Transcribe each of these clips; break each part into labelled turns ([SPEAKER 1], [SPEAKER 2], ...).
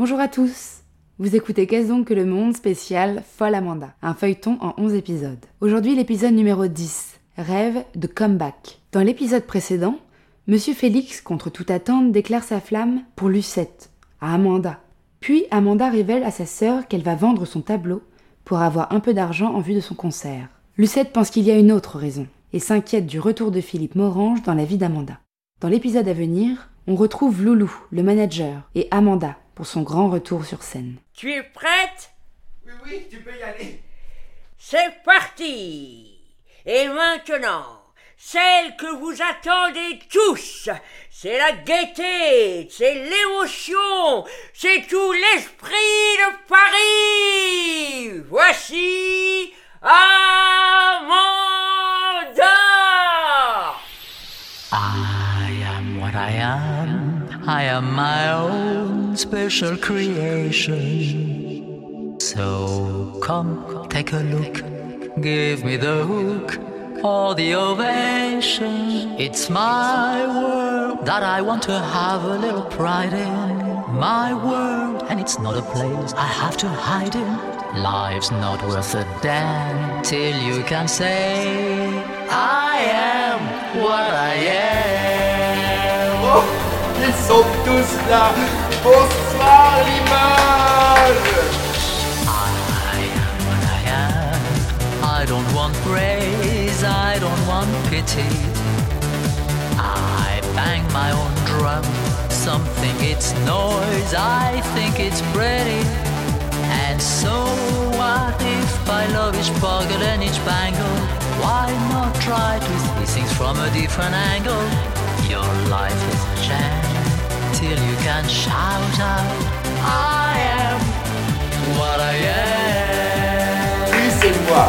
[SPEAKER 1] Bonjour à tous Vous écoutez Qu'est-ce donc que le monde spécial Folle Amanda, un feuilleton en 11 épisodes. Aujourd'hui l'épisode numéro 10, Rêve de comeback. Dans l'épisode précédent, Monsieur Félix, contre toute attente, déclare sa flamme pour Lucette, à Amanda. Puis Amanda révèle à sa sœur qu'elle va vendre son tableau pour avoir un peu d'argent en vue de son concert. Lucette pense qu'il y a une autre raison et s'inquiète du retour de Philippe Morange dans la vie d'Amanda. Dans l'épisode à venir, on retrouve Loulou, le manager, et Amanda pour son grand retour sur scène.
[SPEAKER 2] Tu es prête
[SPEAKER 3] Oui, oui, tu peux y aller.
[SPEAKER 2] C'est parti Et maintenant, celle que vous attendez tous, c'est la gaieté, c'est l'émotion, c'est tout l'esprit de Paris Voici Amanda
[SPEAKER 4] I am what I am. I am my own special creation. So come, take a look. Give me the hook or the ovation. It's my world that I want to have a little pride in. My world, and it's not a place I have to hide in. Life's not worth a damn till you can say, I am what I am.
[SPEAKER 3] Oh, ils sont tous là. Bonsoir l'image.
[SPEAKER 4] I am what I am. I don't want praise, I don't want pity. I bang my own drum. Some think it's noise, I think it's pretty. And so what if my love is boggled and it's bangled? Why not try to see things from a different angle? Your life is a jam till you can shout out, I am what I am.
[SPEAKER 3] Oui, c'est moi.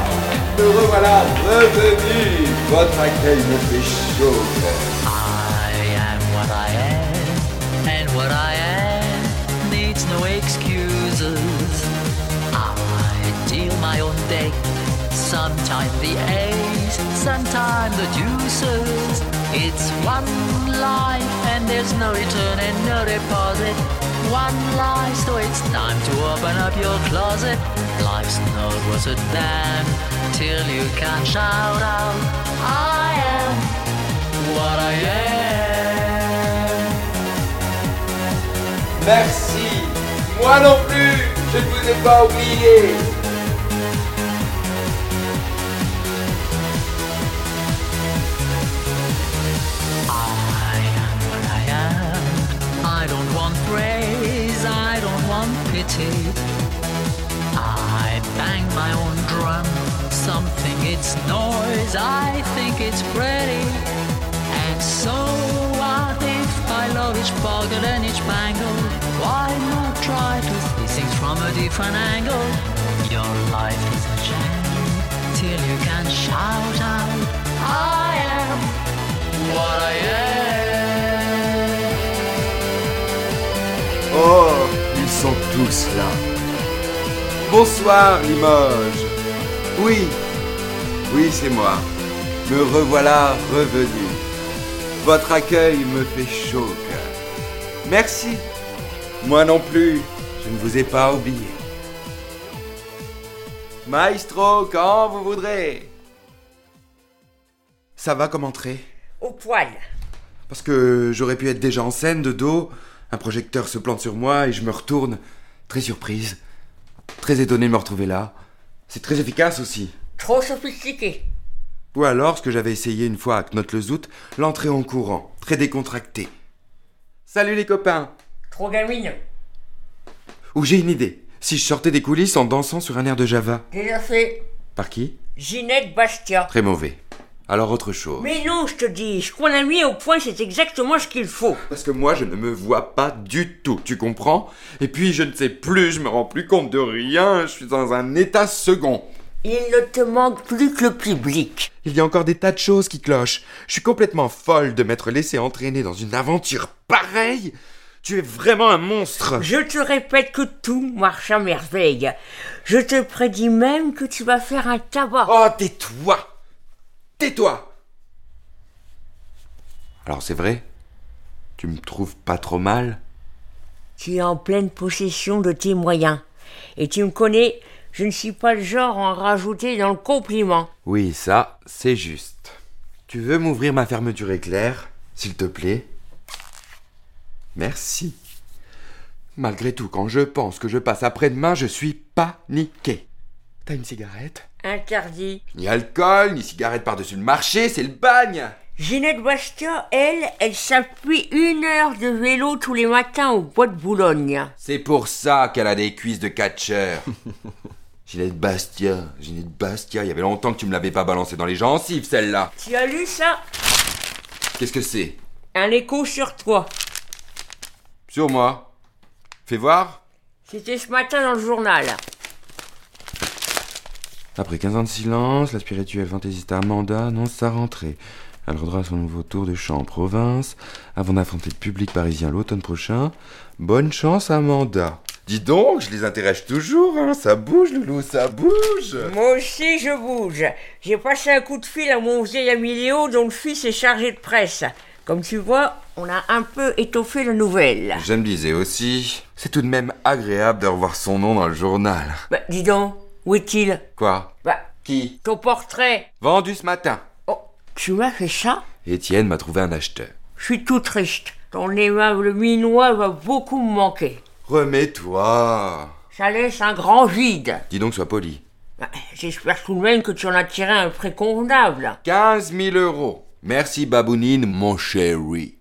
[SPEAKER 3] Me revoilà revenu. Votre accueil me fait chaud. au cœur.
[SPEAKER 4] I am what I am, and what I am needs no excuses. I deal my own deck, sometimes the ace, sometimes the deuces. It's one life, and there's no return and no deposit. One life, so it's time to open up your closet. Life's not worth a damn till you can shout out, I am what I am.
[SPEAKER 3] Merci. Moi non plus. Je ne vous ai pas oublié.
[SPEAKER 4] I am what I am. I don't want praise. I don't want pity. I bang my own drum. Something it's noise. I think it's pretty. And so what if my love is boggled and it's bangled? Why not try to see things from a different angle? Your life is a jam till you can shout out, I am what I am.
[SPEAKER 3] Oh, ils sont tous là. Bonsoir Limoges. Oui, oui, c'est moi. Me revoilà revenu. Votre accueil me fait chaud au cœur. Merci. Moi non plus, je ne vous ai pas oublié. Maestro, quand vous voudrez. Ça va comme entrée
[SPEAKER 2] Au poil
[SPEAKER 3] Parce que j'aurais pu être déjà en scène de dos, un projecteur se plante sur moi et je me retourne, très surprise, très étonné de me retrouver là. C'est très efficace aussi.
[SPEAKER 2] Trop sophistiqué
[SPEAKER 3] Ou alors ce que j'avais essayé une fois à Knot le Zout, l'entrée en courant, très décontractée. Salut les copains
[SPEAKER 2] Trop gamine
[SPEAKER 3] Ou j'ai une idée. Si je sortais des coulisses en dansant sur un air de Java.
[SPEAKER 2] Déjà fait
[SPEAKER 3] Par qui
[SPEAKER 2] Ginette Bastia
[SPEAKER 3] Très mauvais. Alors autre chose.
[SPEAKER 2] Mais non, je te dis, ce qu'on a mis au point, c'est exactement ce qu'il faut.
[SPEAKER 3] Parce que moi, je ne me vois pas du tout, tu comprends Et puis, je ne sais plus, je me rends plus compte de rien, je suis dans un état second.
[SPEAKER 2] Il ne te manque plus que le public.
[SPEAKER 3] Il y a encore des tas de choses qui clochent. Je suis complètement folle de m'être laissé entraîner dans une aventure pareille. Tu es vraiment un monstre.
[SPEAKER 2] Je te répète que tout marche à merveille. Je te prédis même que tu vas faire un tabac.
[SPEAKER 3] Oh, tais-toi Tais-toi Alors c'est vrai Tu me trouves pas trop mal
[SPEAKER 2] tu es en pleine possession de tes moyens. Et tu me connais, je ne suis pas le genre à en rajouter dans le compliment.
[SPEAKER 3] Oui, ça, c'est juste. Tu veux m'ouvrir ma fermeture éclair, s'il te plaît Merci. Malgré tout, quand je pense que je passe après-demain, je suis paniqué. T'as une cigarette
[SPEAKER 2] Interdit.
[SPEAKER 3] Ni alcool, ni cigarette par-dessus le marché, c'est le bagne
[SPEAKER 2] Ginette Bastia, elle, elle s'appuie une heure de vélo tous les matins au bois de Boulogne.
[SPEAKER 3] C'est pour ça qu'elle a des cuisses de catcheur. Ginette Bastia, Ginette Bastia, il y avait longtemps que tu me l'avais pas balancée dans les gencives, celle-là.
[SPEAKER 2] Tu as lu ça
[SPEAKER 3] Qu'est-ce que c'est
[SPEAKER 2] Un écho sur toi.
[SPEAKER 3] Sur moi. Fais voir.
[SPEAKER 2] C'était ce matin dans le journal.
[SPEAKER 3] Après 15 ans de silence, la spirituelle fantaisiste Amanda annonce sa rentrée. Elle rendra son nouveau tour de chant en province avant d'affronter le public parisien l'automne prochain. Bonne chance, Amanda. Dis donc, je les intéresse toujours, hein. Ça bouge, loulou, ça bouge.
[SPEAKER 2] Moi aussi, je bouge. J'ai passé un coup de fil à mon vieil ami Léo, dont le fils est chargé de presse. Comme tu vois, on a un peu étoffé la nouvelle.
[SPEAKER 3] Je me disais aussi, c'est tout de même agréable de revoir son nom dans le journal.
[SPEAKER 2] Bah, dis donc, où est-il
[SPEAKER 3] Quoi
[SPEAKER 2] Bah,
[SPEAKER 3] Qui
[SPEAKER 2] ton portrait.
[SPEAKER 3] Vendu ce matin.
[SPEAKER 2] Oh, tu m'as fait ça
[SPEAKER 3] Étienne m'a trouvé un acheteur.
[SPEAKER 2] Je suis tout triste. Ton aimable minois va beaucoup me manquer.
[SPEAKER 3] Remets-toi.
[SPEAKER 2] Ça laisse un grand vide.
[SPEAKER 3] Dis donc, sois poli.
[SPEAKER 2] Bah, J'espère tout de même que tu en as tiré un prêt convenable.
[SPEAKER 3] 15 000 euros. Merci Babounine, mon chéri.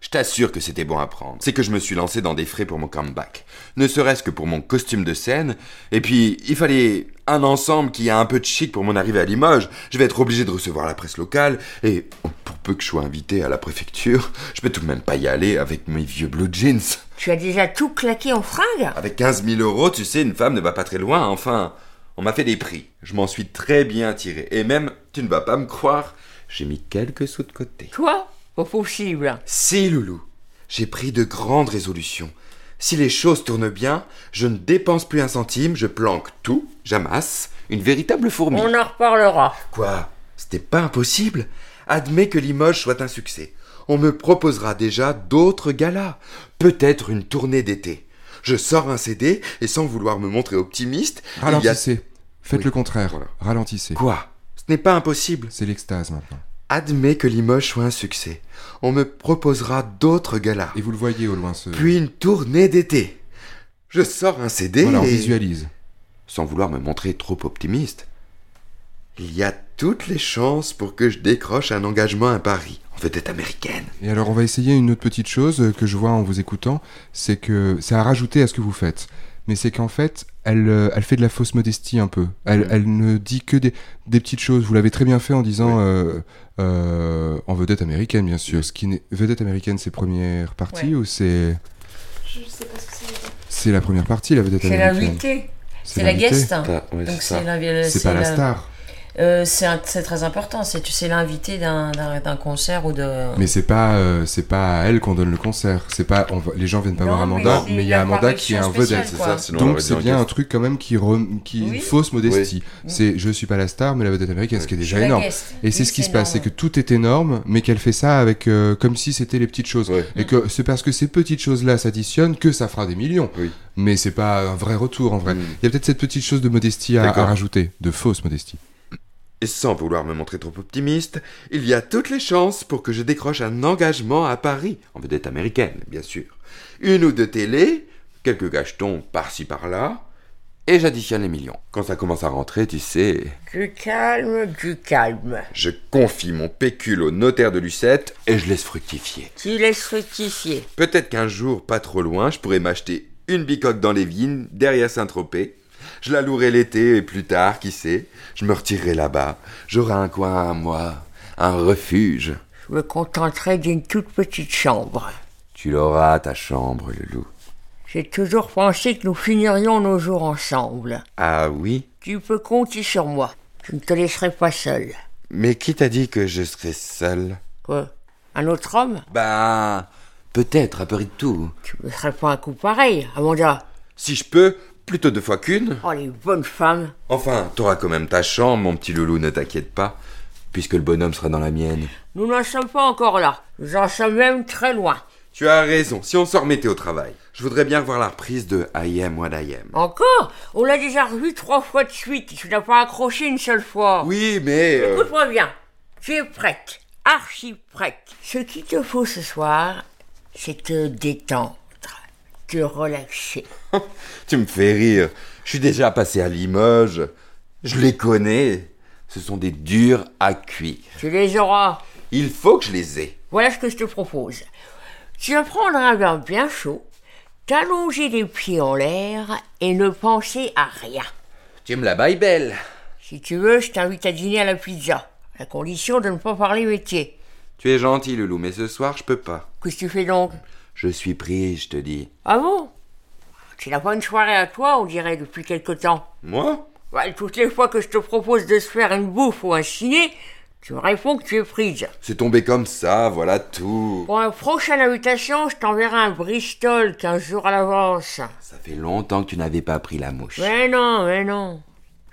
[SPEAKER 3] Je t'assure que c'était bon à prendre. C'est que je me suis lancé dans des frais pour mon comeback. Ne serait-ce que pour mon costume de scène. Et puis, il fallait un ensemble qui a un peu de chic pour mon arrivée à Limoges. Je vais être obligé de recevoir la presse locale. Et pour peu que je sois invité à la préfecture, je peux tout de même pas y aller avec mes vieux blue jeans.
[SPEAKER 2] Tu as déjà tout claqué en fringues
[SPEAKER 3] Avec 15 000 euros, tu sais, une femme ne va pas très loin, enfin. On m'a fait des prix. Je m'en suis très bien tiré. Et même, tu ne vas pas me croire, j'ai mis quelques sous de côté.
[SPEAKER 2] Toi Pas possible.
[SPEAKER 3] Si, Loulou, j'ai pris de grandes résolutions. Si les choses tournent bien, je ne dépense plus un centime, je planque tout, j'amasse, une véritable fourmi.
[SPEAKER 2] On en reparlera.
[SPEAKER 3] Quoi C'était pas impossible Admets que Limoges soit un succès. On me proposera déjà d'autres galas. Peut-être une tournée d'été. Je sors un CD et sans vouloir me montrer optimiste, il y a-
[SPEAKER 5] Ralentissez. Faites
[SPEAKER 3] Oui,
[SPEAKER 5] le contraire.
[SPEAKER 3] voilà.
[SPEAKER 5] Ralentissez.
[SPEAKER 3] Quoi Ce n'est pas impossible.
[SPEAKER 5] C'est l'extase maintenant.
[SPEAKER 3] Admets que Limoges soit un succès. On me proposera d'autres galas.
[SPEAKER 5] Et vous le voyez au loin ce.
[SPEAKER 3] Puis une tournée d'été. Je sors un CD
[SPEAKER 5] voilà, on
[SPEAKER 3] et-
[SPEAKER 5] visualise.
[SPEAKER 3] sans vouloir me montrer trop optimiste. Il y a toutes les chances pour que je décroche un engagement à Paris, en vedette américaine.
[SPEAKER 5] Et alors, on va essayer une autre petite chose euh, que je vois en vous écoutant, c'est que c'est à rajouter à ce que vous faites. Mais c'est qu'en fait, elle, euh, elle fait de la fausse modestie un peu. Elle,
[SPEAKER 3] Mm.
[SPEAKER 5] elle ne dit que des, des petites choses. Vous l'avez très bien fait en disant euh, euh, en vedette américaine, bien sûr. Ce qui n'est- vedette américaine, c'est première partie
[SPEAKER 2] Ouais.
[SPEAKER 5] ou c'est
[SPEAKER 6] Je sais pas ce que c'est.
[SPEAKER 5] c'est la première partie la vedette
[SPEAKER 7] C'est
[SPEAKER 5] américaine
[SPEAKER 7] l'invité, c'est la
[SPEAKER 5] l'invité.
[SPEAKER 7] guest.
[SPEAKER 3] ouais,
[SPEAKER 7] Donc c'est l'invi-
[SPEAKER 5] Ah, C'est pas la
[SPEAKER 7] la-
[SPEAKER 5] star,
[SPEAKER 7] Euh, c'est un- c'est très important. C'est tu sais l'invité d'un- d'un d'un concert ou de.
[SPEAKER 5] mais c'est pas euh, c'est pas à elle qu'on donne le concert. C'est pas on va- les gens viennent pas voir
[SPEAKER 7] Non,
[SPEAKER 5] Amanda,
[SPEAKER 7] mais c'est
[SPEAKER 5] mais il y a Amanda qui est un
[SPEAKER 7] l'apparition spéciale,
[SPEAKER 5] vedette.
[SPEAKER 7] c'est ça,
[SPEAKER 3] sinon
[SPEAKER 5] Donc c'est bien un truc quand même qui, rem- qui
[SPEAKER 7] Oui.
[SPEAKER 5] une fausse modestie. C'est je suis pas la star mais la vedette américaine, ce qui est déjà
[SPEAKER 7] La
[SPEAKER 5] énorme.
[SPEAKER 7] guest.
[SPEAKER 5] Et c'est
[SPEAKER 7] Oui,
[SPEAKER 5] ce qui se passe, c'est
[SPEAKER 7] énorme.
[SPEAKER 5] que tout est énorme, mais qu'elle fait ça avec euh, comme si c'était les petites choses,
[SPEAKER 3] Ouais.
[SPEAKER 5] et que c'est parce que ces petites choses-là s'additionnent que ça fera des millions.
[SPEAKER 3] Oui.
[SPEAKER 5] Mais c'est pas un vrai retour en vrai.
[SPEAKER 3] Mm.
[SPEAKER 5] Il y a peut-être cette petite chose de modestie à,
[SPEAKER 3] D'accord.
[SPEAKER 5] à rajouter, de fausse modestie.
[SPEAKER 3] Et sans vouloir me montrer trop optimiste, il y a toutes les chances pour que je décroche un engagement à Paris, en vedette américaine, bien sûr. Une ou deux télés, quelques gachetons par-ci par-là, et j'additionne les millions. Quand ça commence à rentrer, tu sais,
[SPEAKER 2] Du calme, du calme.
[SPEAKER 3] je confie mon pécule au notaire de Lucette et je laisse fructifier.
[SPEAKER 2] Tu laisses fructifier.
[SPEAKER 3] Peut-être qu'un jour, pas trop loin, je pourrais m'acheter une bicoque dans les vignes, derrière Saint-Tropez. Je la louerai l'été et plus tard, qui sait, je me retirerai là-bas. J'aurai un coin à moi, un refuge.
[SPEAKER 2] Je me contenterai d'une toute petite chambre.
[SPEAKER 3] Tu l'auras, ta chambre, le loup.
[SPEAKER 2] J'ai toujours pensé que nous finirions nos jours ensemble.
[SPEAKER 3] Ah oui
[SPEAKER 2] Tu peux compter sur moi. Je ne te laisserai pas seul.
[SPEAKER 3] Mais qui t'a dit que je serais seul
[SPEAKER 2] Quoi Un autre homme
[SPEAKER 3] Ben, peut-être, après tout.
[SPEAKER 2] Tu ne me serais pas un coup pareil, Amanda.
[SPEAKER 3] Si je peux, plutôt deux fois qu'une.
[SPEAKER 2] Oh, les bonnes femmes.
[SPEAKER 3] Enfin, t'auras quand même ta chambre, mon petit loulou, ne t'inquiète pas, puisque le bonhomme sera dans la mienne.
[SPEAKER 2] Nous n'en sommes pas encore là. Nous en sommes même très loin.
[SPEAKER 3] Tu as raison, si on s'en remettait au travail. Je voudrais bien voir la reprise de I Am What I Am.
[SPEAKER 2] Encore On l'a déjà revu trois fois de suite. Tu n'as pas accroché une seule fois.
[SPEAKER 3] Oui, mais... euh,
[SPEAKER 2] Écoute-moi bien. Tu es prête. Archi prête. Ce qu'il te faut ce soir, c'est te détendre, te relaxer.
[SPEAKER 3] Tu me fais rire. Je suis déjà passé à Limoges. Je les connais. Ce sont des durs à cuire.
[SPEAKER 2] Tu les auras.
[SPEAKER 3] Il faut que je les ai.
[SPEAKER 2] Voilà ce que je te propose. Tu vas prendre un bain bien chaud, t'allonger les pieds en l'air et ne penser à rien.
[SPEAKER 3] Tu me la bailles belle.
[SPEAKER 2] Si tu veux, je t'invite à dîner à la pizza, à la condition de ne pas parler métier.
[SPEAKER 3] Tu es gentil, Loulou, mais ce soir, je peux pas.
[SPEAKER 2] Qu'est-ce que tu fais donc
[SPEAKER 3] Je suis pris, je te dis.
[SPEAKER 2] Ah bon Tu n'as pas une soirée à toi, on dirait, depuis quelque temps.
[SPEAKER 3] Moi
[SPEAKER 2] Bah, toutes les fois que je te propose de se faire une bouffe ou un ciné, tu me réponds que tu es prise.
[SPEAKER 3] C'est tombé comme ça, voilà tout.
[SPEAKER 2] Pour une prochaine invitation, je t'enverrai un Bristol 15 jours à l'avance.
[SPEAKER 3] Ça fait longtemps que tu n'avais pas pris la mouche.
[SPEAKER 2] Mais non, mais non.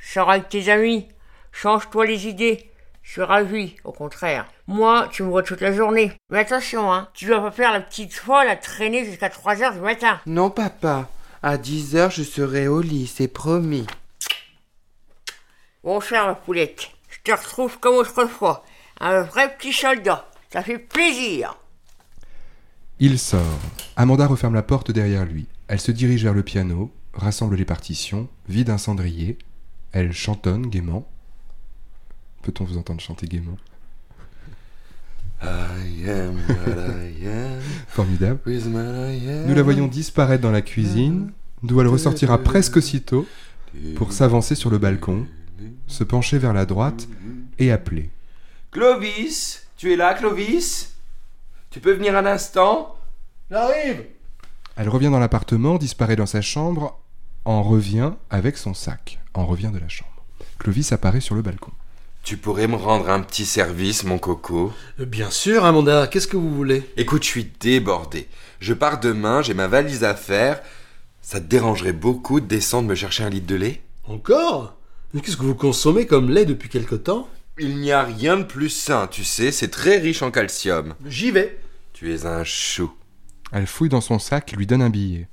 [SPEAKER 2] Sors avec tes amis. Change-toi les idées. Je suis ravi, au contraire. Moi, tu me vois toute la journée. Mais attention, hein. Tu vas pas faire la petite folle à traîner jusqu'à 3 heures du matin.
[SPEAKER 3] Non, papa. À 10 heures, je serai au lit, c'est promis.
[SPEAKER 2] Bon, cher ma poulette, je te retrouve comme autrefois. Un vrai petit soldat. Ça fait plaisir.
[SPEAKER 5] Il sort. Amanda referme la porte derrière lui. Elle se dirige vers le piano, rassemble les partitions, vide un cendrier. Elle chantonne gaiement. Peut-on vous entendre chanter gaiement
[SPEAKER 3] I am what I am
[SPEAKER 5] Formidable.
[SPEAKER 3] with my I am.
[SPEAKER 5] Nous la voyons disparaître dans la cuisine, d'où elle ressortira presque aussitôt pour s'avancer sur le balcon, se pencher vers la droite et appeler.
[SPEAKER 3] Clovis Tu es là, Clovis Tu peux venir un instant J'arrive
[SPEAKER 5] Elle revient dans l'appartement, disparaît dans sa chambre, en revient avec son sac, en revient de la chambre. Clovis apparaît sur le balcon.
[SPEAKER 3] Tu pourrais me rendre un petit service, mon coco
[SPEAKER 8] Euh, Bien sûr, Amanda, qu'est-ce que vous voulez
[SPEAKER 3] Écoute, je suis débordé. Je pars demain, j'ai ma valise à faire. Ça te dérangerait beaucoup de descendre me chercher un litre de lait
[SPEAKER 8] Encore Mais qu'est-ce que vous consommez comme lait depuis quelque temps
[SPEAKER 3] Il n'y a rien de plus sain, tu sais, c'est très riche en calcium.
[SPEAKER 8] J'y vais.
[SPEAKER 3] Tu es un chou.
[SPEAKER 5] Elle fouille dans son sac, lui donne un billet.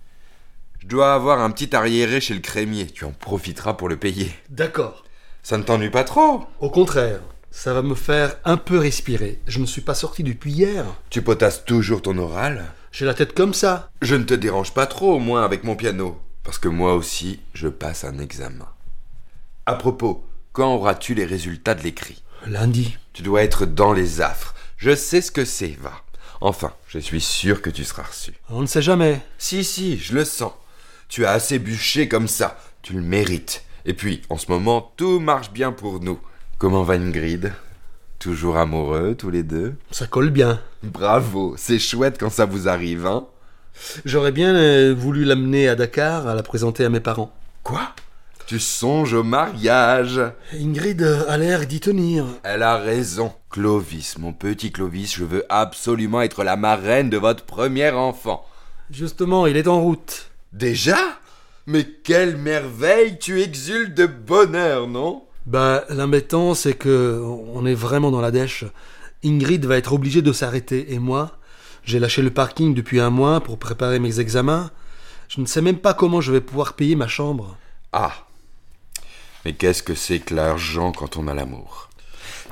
[SPEAKER 3] Je dois avoir un petit arriéré chez le crémier, tu en profiteras pour le payer.
[SPEAKER 8] D'accord.
[SPEAKER 3] Ça ne t'ennuie pas trop
[SPEAKER 8] Au contraire, ça va me faire un peu respirer. Je ne suis pas sorti depuis hier.
[SPEAKER 3] Tu potasses toujours ton oral
[SPEAKER 8] J'ai la tête comme ça.
[SPEAKER 3] Je ne te dérange pas trop, au moins, avec mon piano. Parce que moi aussi, je passe un examen. À propos, quand auras-tu les résultats de l'écrit
[SPEAKER 8] Lundi.
[SPEAKER 3] Tu dois être dans les affres. Je sais ce que c'est, va. Enfin, je suis sûr que tu seras reçu.
[SPEAKER 8] On ne sait jamais.
[SPEAKER 3] Si, si, je le sens. Tu as assez bûché comme ça. Tu le mérites. Et puis, en ce moment, tout marche bien pour nous. Comment va Ingrid Toujours amoureux, tous les deux
[SPEAKER 8] Ça colle bien.
[SPEAKER 3] Bravo, c'est chouette quand ça vous arrive, hein
[SPEAKER 8] J'aurais bien euh, voulu l'amener à Dakar, à la présenter à mes parents.
[SPEAKER 3] Quoi Tu songes au mariage
[SPEAKER 8] Ingrid euh, a l'air d'y tenir.
[SPEAKER 3] Elle a raison. Clovis, mon petit Clovis, je veux absolument être la marraine de votre premier enfant.
[SPEAKER 8] Justement, il est en route.
[SPEAKER 3] Déjà Mais quelle merveille Tu exultes de bonheur, non
[SPEAKER 8] Bah, l'embêtant, c'est que on est vraiment dans la dèche. Ingrid va être obligée de s'arrêter, et moi, j'ai lâché le parking depuis un mois pour préparer mes examens. Je ne sais même pas comment je vais pouvoir payer ma chambre.
[SPEAKER 3] Ah Mais qu'est-ce que c'est que l'argent quand on a l'amour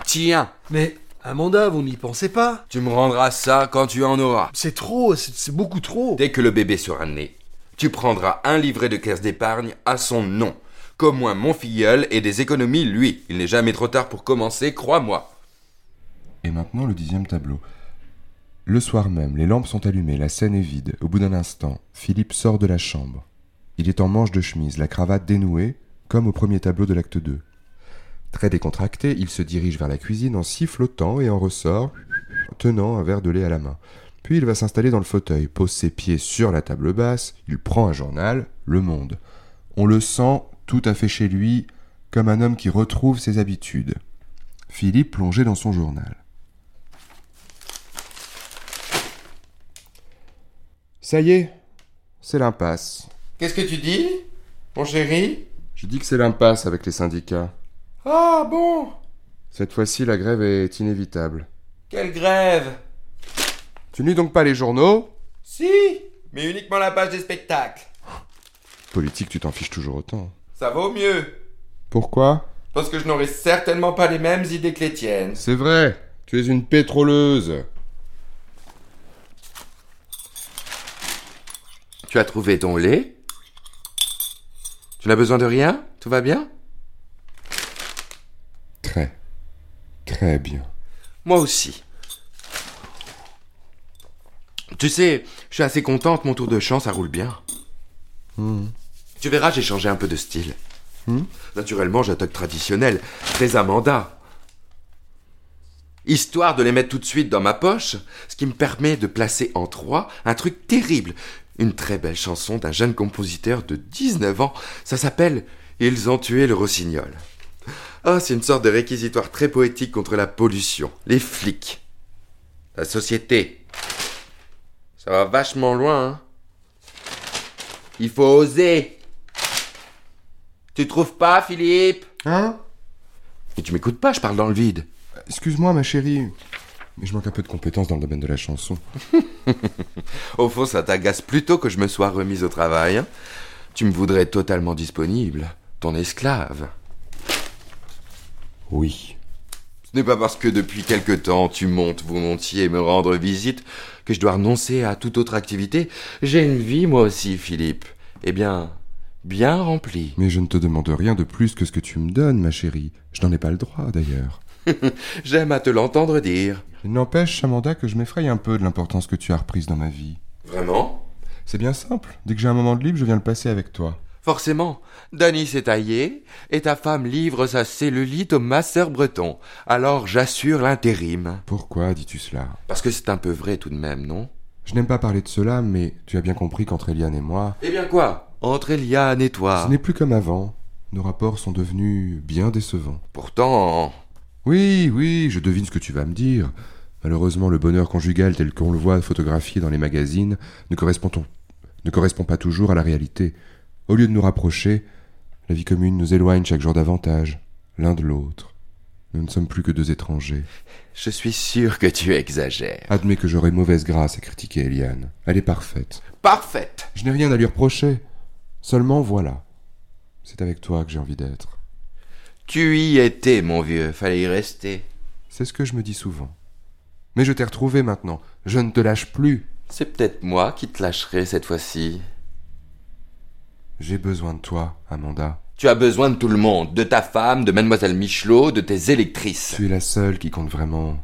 [SPEAKER 3] Tiens,
[SPEAKER 8] Mais, Amanda, vous n'y pensez pas
[SPEAKER 3] tu me rendras ça quand tu en auras.
[SPEAKER 8] C'est trop, c'est c'est beaucoup trop.
[SPEAKER 3] Dès que le bébé sera né, tu prendras un livret de caisse d'épargne à son nom. Comme moi, mon filleul et des économies, lui. Il n'est jamais trop tard pour commencer, crois-moi.
[SPEAKER 5] Et maintenant le dixième tableau. Le soir même, les lampes sont allumées, la scène est vide. Au bout d'un instant, Philippe sort de la chambre. Il est en manche de chemise, la cravate dénouée, comme au premier tableau de l'acte 2. Très décontracté, il se dirige vers la cuisine en sifflotant et en ressort, tenant un verre de lait à la main. Puis il va s'installer dans le fauteuil, pose ses pieds sur la table basse, il prend un journal, Le Monde. On le sent tout à fait chez lui, comme un homme qui retrouve ses habitudes. Philippe plongé dans son journal. Ça y est, c'est l'impasse.
[SPEAKER 3] Qu'est-ce que tu dis, mon chéri
[SPEAKER 5] Je dis que c'est l'impasse avec les syndicats.
[SPEAKER 3] Ah bon
[SPEAKER 5] Cette fois-ci, la grève est inévitable.
[SPEAKER 3] Quelle grève
[SPEAKER 5] Tu ne lis donc pas les journaux
[SPEAKER 3] Si Mais uniquement la page des spectacles.
[SPEAKER 5] Politique, tu t'en fiches toujours autant.
[SPEAKER 3] Ça vaut mieux.
[SPEAKER 5] Pourquoi
[SPEAKER 3] Parce que je n'aurai certainement pas les mêmes idées que les tiennes.
[SPEAKER 5] C'est vrai, tu es une pétroleuse.
[SPEAKER 3] Tu as trouvé ton lait Tu n'as besoin de rien Tout va bien
[SPEAKER 5] Très, très bien.
[SPEAKER 3] Moi aussi. Tu sais, je suis assez contente, mon tour de chant, ça roule bien. Tu verras, j'ai changé un peu de style. Naturellement, j'attaque traditionnel, très Amanda. Histoire de les mettre tout de suite dans ma poche, ce qui me permet de placer en trois un truc terrible. Une très belle chanson d'un jeune compositeur de 19 ans. Ça s'appelle Ils ont tué le rossignol. Ah, c'est une sorte de réquisitoire très poétique contre la pollution, les flics, la société. Ça va vachement loin, hein. Il faut oser. Tu trouves pas, Philippe
[SPEAKER 5] Hein
[SPEAKER 3] Mais tu m'écoutes pas, je parle dans le vide.
[SPEAKER 5] Excuse-moi, ma chérie. Mais je manque un peu de compétences dans le domaine de la chanson.
[SPEAKER 3] Au fond, ça t'agace plutôt que je me sois remise au travail. hein. tu me voudrais totalement disponible, ton esclave.
[SPEAKER 5] Oui.
[SPEAKER 3] Ce n'est pas parce que depuis quelque temps tu montes, vous montiez me rendre visite que je dois renoncer à toute autre activité. J'ai une vie, moi aussi, Philippe. Eh bien, bien remplie.
[SPEAKER 5] Mais je ne te demande rien de plus que ce que tu me donnes, ma chérie. Je n'en ai pas le droit, d'ailleurs.
[SPEAKER 3] J'aime à te l'entendre dire.
[SPEAKER 5] Il n'empêche, Amanda, que je m'effraie un peu de l'importance que tu as reprise dans ma vie.
[SPEAKER 3] Vraiment
[SPEAKER 5] C'est bien simple. Dès que j'ai un moment de libre, je viens le passer avec toi.
[SPEAKER 3] Forcément, Danny s'est taillé et ta femme livre sa cellulite au masseur breton. Alors j'assure l'intérim.
[SPEAKER 5] Pourquoi dis-tu cela
[SPEAKER 3] Parce que c'est un peu vrai tout de même, non
[SPEAKER 5] Je n'aime pas parler de cela, mais tu as bien compris qu'entre Eliane et moi,
[SPEAKER 3] Eh bien quoi Entre Eliane et toi.
[SPEAKER 5] ce n'est plus comme avant. Nos rapports sont devenus bien décevants.
[SPEAKER 3] Pourtant,
[SPEAKER 5] Oui, oui, je devine ce que tu vas me dire. Malheureusement, le bonheur conjugal tel qu'on le voit photographié dans les magazines ne correspond, ne correspond pas toujours à la réalité. Au lieu de nous rapprocher, la vie commune nous éloigne chaque jour davantage, l'un de l'autre. Nous ne sommes plus que deux étrangers.
[SPEAKER 3] je suis sûr que tu exagères.
[SPEAKER 5] Admets que j'aurais mauvaise grâce à critiquer Eliane. Elle est parfaite.
[SPEAKER 3] Parfaite
[SPEAKER 5] Je n'ai rien à lui reprocher. Seulement voilà. C'est avec toi que j'ai envie d'être.
[SPEAKER 3] Tu y étais, mon vieux, fallait y rester.
[SPEAKER 5] C'est ce que je me dis souvent. Mais je t'ai retrouvé maintenant. Je ne te lâche plus.
[SPEAKER 3] C'est peut-être moi qui te lâcherai cette fois-ci.
[SPEAKER 5] J'ai besoin de toi, Amanda.
[SPEAKER 3] Tu as besoin de tout le monde, de ta femme, de mademoiselle Michelot, de tes électrices.
[SPEAKER 5] Tu es la seule qui compte vraiment.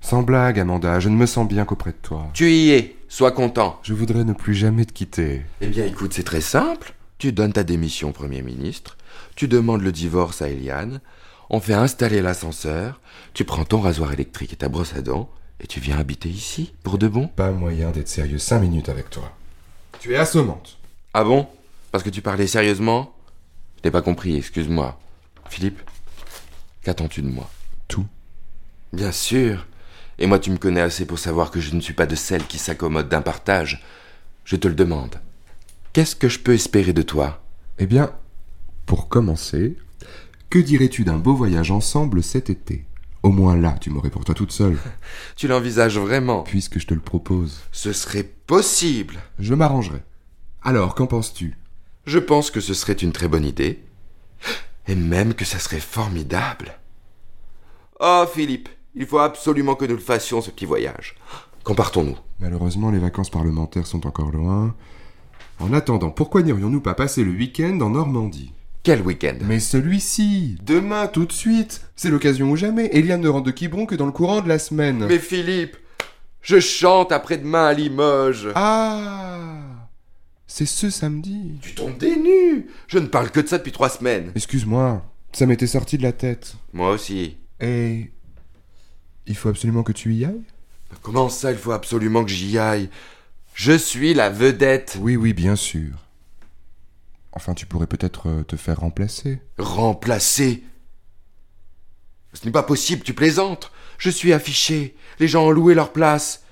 [SPEAKER 5] Sans blague, Amanda, je ne me sens bien qu'auprès de toi.
[SPEAKER 3] Tu y es, sois content.
[SPEAKER 5] Je voudrais ne plus jamais te quitter.
[SPEAKER 3] Eh bien écoute, c'est très simple. Tu donnes ta démission au Premier ministre, tu demandes le divorce à Eliane, on fait installer l'ascenseur, tu prends ton rasoir électrique et ta brosse à dents, et tu viens habiter ici, pour de bon.
[SPEAKER 5] Pas moyen d'être sérieux cinq minutes avec toi. Tu es assommante.
[SPEAKER 3] Ah bon Parce que tu parlais sérieusement Je n'ai pas compris, excuse-moi. Philippe, qu'attends-tu de moi
[SPEAKER 5] Tout.
[SPEAKER 3] Bien sûr. Et moi, tu me connais assez pour savoir que je ne suis pas de celles qui s'accommodent d'un partage. Je te le demande. Qu'est-ce que je peux espérer de toi
[SPEAKER 5] Eh bien, pour commencer, que dirais-tu d'un beau voyage ensemble cet été Au moins là, tu m'aurais pour toi toute seule,
[SPEAKER 3] Tu l'envisages vraiment
[SPEAKER 5] puisque je te le propose.
[SPEAKER 3] Ce serait possible
[SPEAKER 5] Je m'arrangerai. Alors, qu'en penses-tu
[SPEAKER 3] Je pense que ce serait une très bonne idée. Et même que ça serait formidable. Oh, Philippe, il faut absolument que nous le fassions, ce petit voyage. Quand partons-nous
[SPEAKER 5] Malheureusement, les vacances parlementaires sont encore loin. En attendant, pourquoi n'irions-nous pas passer le week-end en Normandie
[SPEAKER 3] Quel week-end
[SPEAKER 5] Mais celui-ci Demain, tout de suite C'est l'occasion ou jamais Eliane ne rentre de Quiberon que dans le courant de la semaine
[SPEAKER 3] Mais Philippe, je chante après-demain à Limoges.
[SPEAKER 5] Ah C'est ce samedi
[SPEAKER 3] tu tombes des nues Je ne parle que de ça depuis trois semaines.
[SPEAKER 5] Excuse-moi, ça m'était sorti de la tête.
[SPEAKER 3] Moi aussi.
[SPEAKER 5] Et... Il faut absolument que tu y ailles
[SPEAKER 3] Comment ça, il faut absolument que j'y aille Je suis la vedette.
[SPEAKER 5] Oui, oui, bien sûr. Enfin, tu pourrais peut-être euh, te faire remplacer.
[SPEAKER 3] Remplacée Ce n'est pas possible, tu plaisantes. Je suis affiché. Les gens ont loué leur place.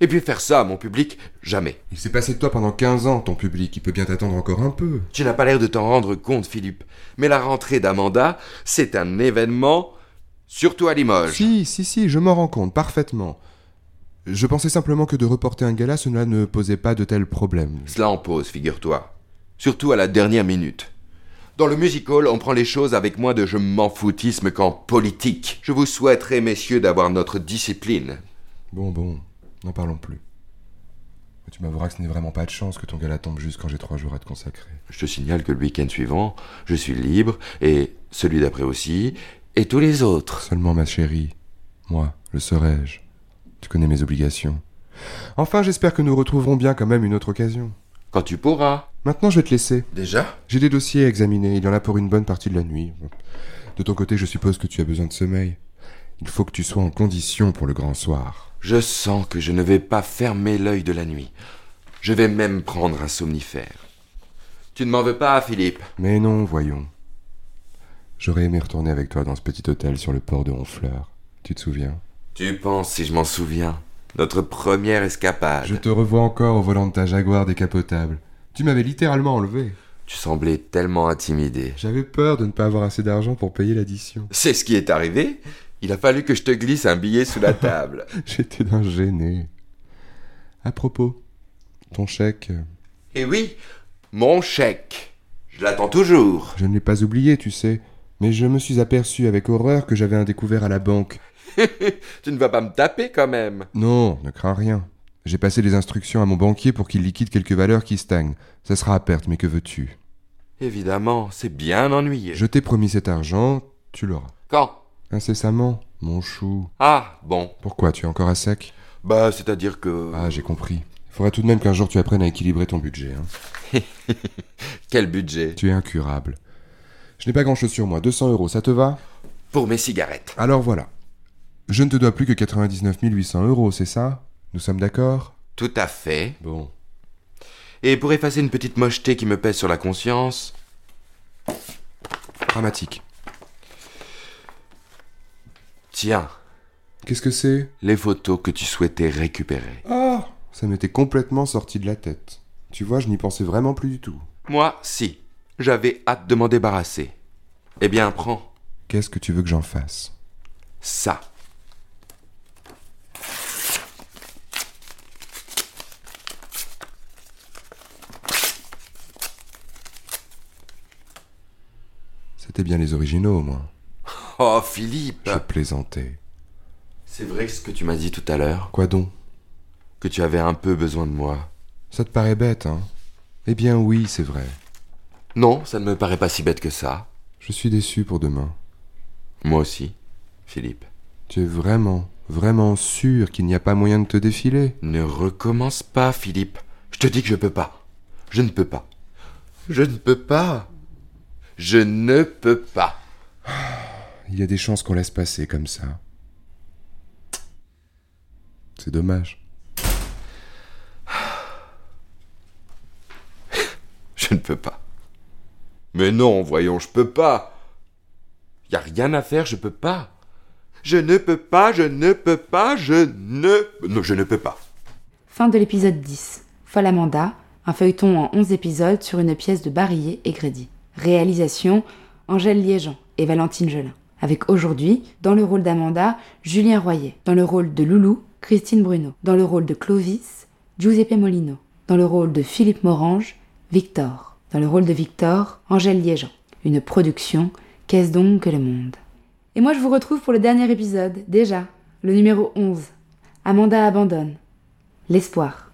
[SPEAKER 3] Et puis faire ça à mon public, jamais.
[SPEAKER 5] Il s'est passé de toi pendant 15 ans, ton public. Il peut bien t'attendre encore un peu.
[SPEAKER 3] Tu n'as pas l'air de t'en rendre compte, Philippe. Mais la rentrée d'Amanda, c'est un événement, surtout à Limoges.
[SPEAKER 5] Si, si, si, je m'en rends compte, parfaitement. Je pensais simplement que de reporter un gala, cela ne posait pas de tels problèmes.
[SPEAKER 3] Cela en pause, figure-toi. Surtout à la dernière minute. Dans le music hall, on prend les choses avec moins de je m'en foutisme qu'en politique. Je vous souhaiterais, messieurs, d'avoir notre discipline.
[SPEAKER 5] Bon, bon, n'en parlons plus. Mais tu m'avoueras que ce n'est vraiment pas de chance que ton gala tombe juste quand j'ai trois jours à te consacrer.
[SPEAKER 3] Je te signale que le week-end suivant, je suis libre, et celui d'après aussi, et tous les autres.
[SPEAKER 5] Seulement, ma chérie, moi, le serai-je. Tu connais mes obligations. Enfin, j'espère que nous retrouverons bien quand même une autre occasion.
[SPEAKER 3] Quand tu pourras.
[SPEAKER 5] Maintenant, je vais te laisser.
[SPEAKER 3] Déjà
[SPEAKER 5] J'ai des dossiers à examiner, il y en a pour une bonne partie de la nuit. De ton côté, je suppose que tu as besoin de sommeil. Il faut que tu sois en condition pour le grand soir.
[SPEAKER 3] Je sens que je ne vais pas fermer l'œil de la nuit. Je vais même prendre un somnifère. Tu ne m'en veux pas, Philippe
[SPEAKER 5] Mais non, voyons. J'aurais aimé retourner avec toi dans ce petit hôtel sur le port de Honfleur. Tu te souviens
[SPEAKER 3] Tu penses, si je m'en souviens, notre première escapade.
[SPEAKER 5] Je te revois encore au volant de ta Jaguar décapotable. Tu m'avais littéralement enlevé.
[SPEAKER 3] Tu semblais tellement intimidé.
[SPEAKER 5] J'avais peur de ne pas avoir assez d'argent pour payer l'addition.
[SPEAKER 3] C'est ce qui est arrivé. Il a fallu que je te glisse un billet sous la table.
[SPEAKER 5] J'étais d'un gêné. À propos, ton chèque, euh,
[SPEAKER 3] Et oui, mon chèque. Je l'attends toujours.
[SPEAKER 5] je ne l'ai pas oublié, tu sais, mais je me suis aperçu avec horreur que j'avais un découvert à la banque.
[SPEAKER 3] Tu ne vas pas me taper quand même.
[SPEAKER 5] Non, ne crains rien. J'ai passé les instructions à mon banquier pour qu'il liquide quelques valeurs qui stagnent. Ça sera à perte, mais que veux-tu
[SPEAKER 3] Évidemment, c'est bien ennuyé.
[SPEAKER 5] Je t'ai promis cet argent, tu l'auras.
[SPEAKER 3] Quand
[SPEAKER 5] Incessamment, mon chou.
[SPEAKER 3] Ah, bon.
[SPEAKER 5] Pourquoi, tu es encore à sec
[SPEAKER 3] Bah, c'est-à-dire que...
[SPEAKER 5] Ah, j'ai compris. Faudrait tout de même qu'un jour tu apprennes à équilibrer ton budget. Hein.
[SPEAKER 3] Quel budget
[SPEAKER 5] Tu es incurable. Je n'ai pas grand-chose sur moi, 200 euros, ça te va
[SPEAKER 3] Pour mes cigarettes.
[SPEAKER 5] Alors voilà. Je ne te dois plus que 99 800 euros, c'est ça Nous sommes d'accord
[SPEAKER 3] Tout à fait.
[SPEAKER 5] Bon.
[SPEAKER 3] Et pour effacer une petite mocheté qui me pèse sur la conscience,
[SPEAKER 5] Dramatique.
[SPEAKER 3] tiens,
[SPEAKER 5] Qu'est-ce que c'est
[SPEAKER 3] les photos que tu souhaitais récupérer.
[SPEAKER 5] Ah Ça m'était complètement sorti de la tête. Tu vois, je n'y pensais vraiment plus du tout.
[SPEAKER 3] Moi, si. J'avais hâte de m'en débarrasser. Eh bien, prends
[SPEAKER 5] Qu'est-ce que tu veux que j'en fasse
[SPEAKER 3] ça.
[SPEAKER 5] C'était bien les originaux, au moins.
[SPEAKER 3] Oh, Philippe
[SPEAKER 5] Je plaisantais.
[SPEAKER 3] C'est vrai ce que tu m'as dit tout à l'heure,
[SPEAKER 5] Quoi donc
[SPEAKER 3] que tu avais un peu besoin de moi.
[SPEAKER 5] Ça te paraît bête, hein Eh bien oui, c'est vrai.
[SPEAKER 3] Non, ça ne me paraît pas si bête que ça.
[SPEAKER 5] Je suis déçu pour demain.
[SPEAKER 3] Moi aussi, Philippe.
[SPEAKER 5] Tu es vraiment, vraiment sûr qu'il n'y a pas moyen de te défiler
[SPEAKER 3] Ne recommence pas, Philippe. Je te dis que je peux pas. Je ne peux pas. Je ne peux pas. Je ne peux pas.
[SPEAKER 5] Il y a des chances qu'on laisse passer comme ça. C'est dommage.
[SPEAKER 3] Je ne peux pas. Mais non, voyons, je peux pas. Y a rien à faire, je peux pas. Je ne peux pas, je ne peux pas, je ne... Non, je ne peux pas.
[SPEAKER 1] Fin de l'épisode 10. Folle Amanda, un feuilleton en 11 épisodes sur une pièce de Barillet et Grédy. Réalisation Angèle Liégeant et Valentine Gelin. Avec aujourd'hui, dans le rôle d'Amanda, Julien Royer. Dans le rôle de Loulou, Christine Bruno. Dans le rôle de Clovis, Giuseppe Molino. Dans le rôle de Philippe Morange, Victor. Dans le rôle de Victor, Angèle Liégeant. Une production Qu'est-ce donc que le monde Et moi, je vous retrouve pour le dernier épisode, déjà, le numéro 11. Amanda abandonne. L'espoir.